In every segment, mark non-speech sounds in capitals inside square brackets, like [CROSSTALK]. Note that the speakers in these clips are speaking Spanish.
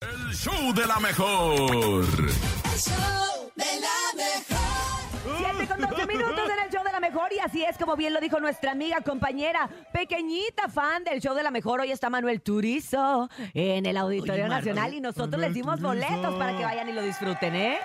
El show de la mejor. El show de la mejor. 7 con 12 minutos en el show de la mejor y así es como bien lo dijo nuestra amiga, compañera, pequeñita fan del show de la mejor. Hoy está Manuel Turizo en el Auditorio Oye, Manuel- Nacional y nosotros Manuel les dimos Turizo. boletos para que vayan y lo disfruten, ¿eh?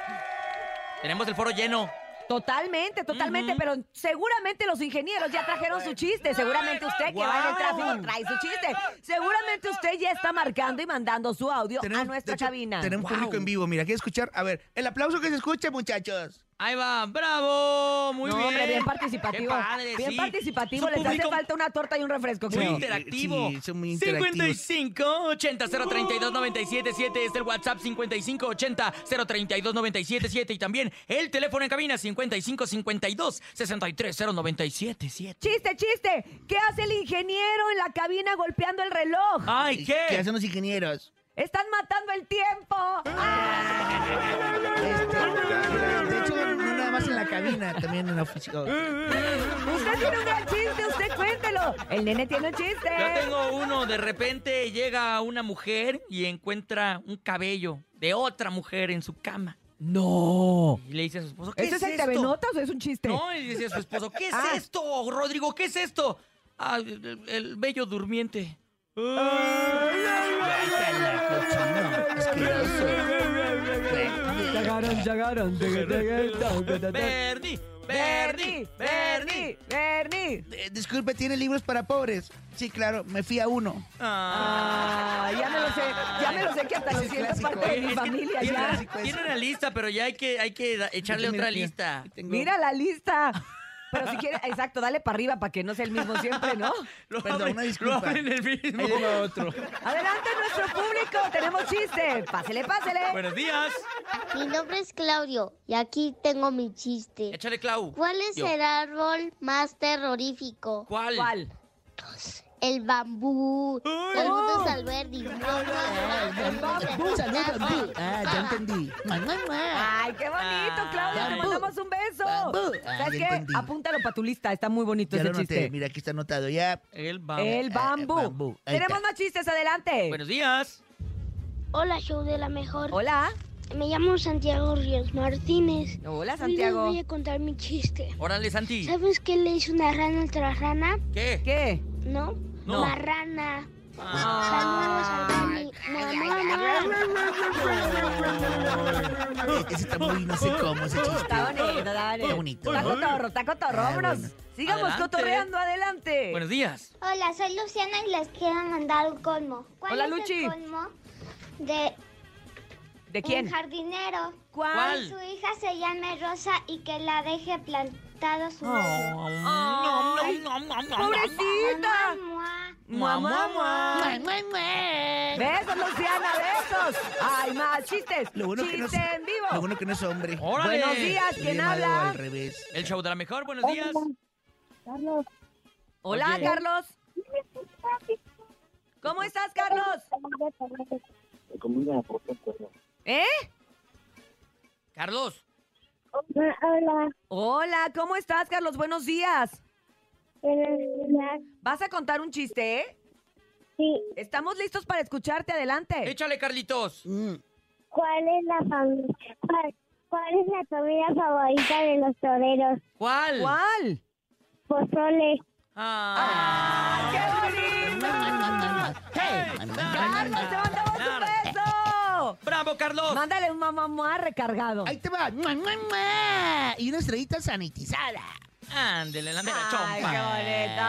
Tenemos el foro lleno. Totalmente, totalmente, pero seguramente los ingenieros ya trajeron su chiste. Seguramente usted que va en el tráfico trae su chiste. Seguramente usted ya está marcando y mandando su audio a Tenemos- nuestra de hecho, cabina. Tenemos público en vivo. Mira, ¿quieres escuchar? A ver, el aplauso que se escuche, muchachos. Ahí va, bravo, muy no, bien. hombre, bien participativo. Qué padre, bien sí. participativo. Es Les un hace público falta una torta y un refresco, Muy creo. interactivo. Sí, son muy interactivos. 55 80 032 977 es el WhatsApp 55 80 032 977 y también el teléfono en cabina 55 52 63 0977. Chiste, chiste. ¿Qué hace el ingeniero en la cabina golpeando el reloj? Ay, ¿Qué ¿qué? hacen los ingenieros? Están matando el tiempo. ¡Ah! Este, de hecho, no nada más en la cabina, también en la oficina. Usted tiene un gran chiste, usted cuéntelo. El nene tiene un chiste. Yo tengo uno, de repente llega una mujer y encuentra un cabello de otra mujer en su cama. No. Y le dice a su esposo, ¿qué ¿Eso es, es el esto? TV o es un chiste? No, y decía su esposo, ¿qué [LAUGHS] es Ah. esto, Rodrigo? ¿Qué es esto? Ah, el, el bello durmiente. Bernie, Bernie, Bernie, Bernie. Bernie, Bernie. Eh, disculpe, ¿tiene libros para pobres? Sí, claro, me fui a uno. Ah, ya me lo sé, ya me lo sé que hasta lo Ese es siento es clásico, parte de ¿eh? mi Es que familia tiene, ya. clásico ese. tiene una lista, pero ya hay que, hay que da- echarle Mira, otra mira, lista. aquí tengo. Mira la lista. Pero si quiere, exacto, dale para arriba para que no sea el mismo siempre, ¿no? Lo Perdón, abre- una disculpa. Lo abren el mismo. [LAUGHS] Ahí le va otro. Adelante nuestro público, tenemos chiste. Pásele, pásele. Buenos días. Mi nombre es Claudio y aquí tengo mi chiste. Échale, Clau. ¿Cuál es Yo. el árbol más terrorífico? ¿Cuál? ¿Cuál? El bambú. Todo el Oh. mundo es alberdi. el bambú, Ah, ya entendí. Ay, qué bonito, Ah, Claudia. Te bambú. mandamos un beso. Bambú. Ah, ¿Sabes ya qué? entendí. Apúntalo para tu lista. Está muy bonito Ya ese lo noté. chiste. Mira, aquí está anotado. Ya. El bambú. El bambú. Eh, bambú. Ahí Tenemos está. más chistes adelante. Buenos días. Hola, show de la mejor. Hola. Me llamo Santiago Ríos Martínez. Hola, Hoy les Santiago. voy a contar mi chiste. Órale, Santi. ¿Sabes qué le hizo una rana a otra rana? ¿Qué? ¿Qué? ¿No? No. La rana. Saludos a Dani. Eh, Ese está muy, no sé cómo, ese chiste. Está bonito, está bonito. Está bonito. Taco torro, taco torro. Ah, Vámonos. bueno. Sigamos Adelante. cotorreando adelante. Buenos días. Hola, soy Luciana y les quiero mandar un colmo. ¿Cuál Hola, es Luchi. el colmo de ¿De quién? un jardinero? ¿Cuál? Su hija se llame Rosa y que la deje plantado su Oh. árbol. Ah. Ay, ¡Pobrecita! ¡Mua, Mua, mua, mua! mua. Besos, Luciana, besos. Hay más chistes. Lo bueno, que no Chiste es, en vivo. lo bueno que no es hombre. Órale. Buenos días, Le he ¿quién llamado habla? Al revés. El show de la mejor, buenos días. Hola, Oye. Carlos. ¿Cómo estás, Carlos? ¿Eh? Carlos. Hola. Hola, ¿cómo estás, Carlos? Buenos días. Vas a contar un chiste, ¿eh? Sí. Estamos listos para escucharte, adelante. Échale, Carlitos. Mm. ¿Cuál es la cuál, es la comida favorita de los toreros? ¿Cuál? ¿Cuál? Pozole. Ah. ¡Qué bonito! [LAUGHS] ¡Carlos, te mandamos un beso! ¡Bravo, Carlos! Mándale un mamá mua recargado. Ahí te va. Mua, mua, mua. Y una estrellita sanitizada. Ándele, la mera ¡Ay, chompa. qué bonito!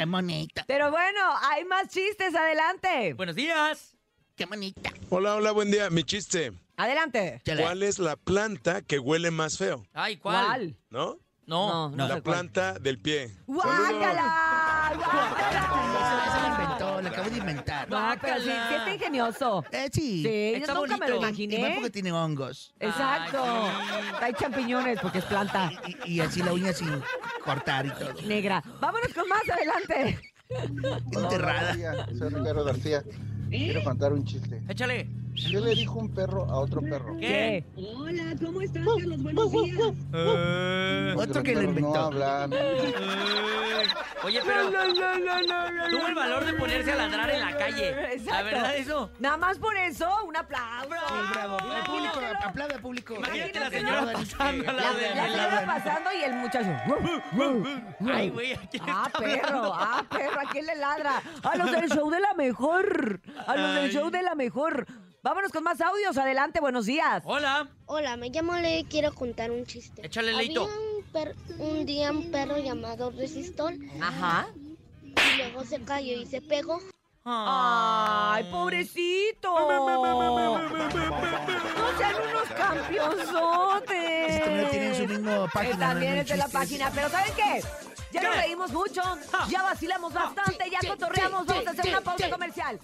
Qué bonita. Pero bueno, hay más chistes, adelante. Buenos días. Qué bonita. Hola, hola, buen día. Mi chiste. Adelante. Chala. ¿Cuál es la planta que huele más feo? Ay, ¿cuál? ¿No? No, No. no la sé cuál. planta del pie. ¡Guácala! Eso ya se lo ¡Guácala! inventó, lo acabo de inventar. No, pero sí, sí está ingenioso. Eh, sí. Sí, Está yo nunca me lo bonito. Y más porque imaginé. tiene hongos. Exacto. Ay, sí. Hay champiñones porque es planta Y, y así la uña sin cortar y todo. negra. Vámonos con más adelante. Enterrada. Soy Ricardo García. Quiero contar un chiste. Échale. ¿Qué le dijo un perro a otro perro? ¿Qué? Hola, ¿cómo estás, Carlos? Buenos días. Eh, Otro que lo No inventó. hablan. Oye, Uh. [LAUGHS] pero tuvo el valor de ponerse a ladrar en la calle. La Exacto. verdad, eso. Nada más por eso, un aplauso. Sí, bravo. Al público, Imagínatelo. aplaude al público. Imagínate la Imagínate señora la- pasando la- La, la de la de señora la- pasando y el muchacho. Ay, güey, aquí Ah, está perro, hablando. ah, perro, ¿a quién le ladra? A los del show de la mejor. A los Ay. del show de la mejor. Vámonos con más audios. Adelante, buenos días. Hola, Hola, me llamo Le y quiero contar un chiste. échale leito. Había un, per- un día un perro llamado Resistol Ajá. y luego se cayó y se pegó. Ah. Ay, pobrecito. No sean unos campeonzotes. Ese también tiene su mismo página, Eh, también ¿no? es de la Chistes. página. Pero ¿saben qué? Ya nos reímos mucho, ya vacilamos bastante, ya cotorreamos. Vamos a hacer una pausa comercial.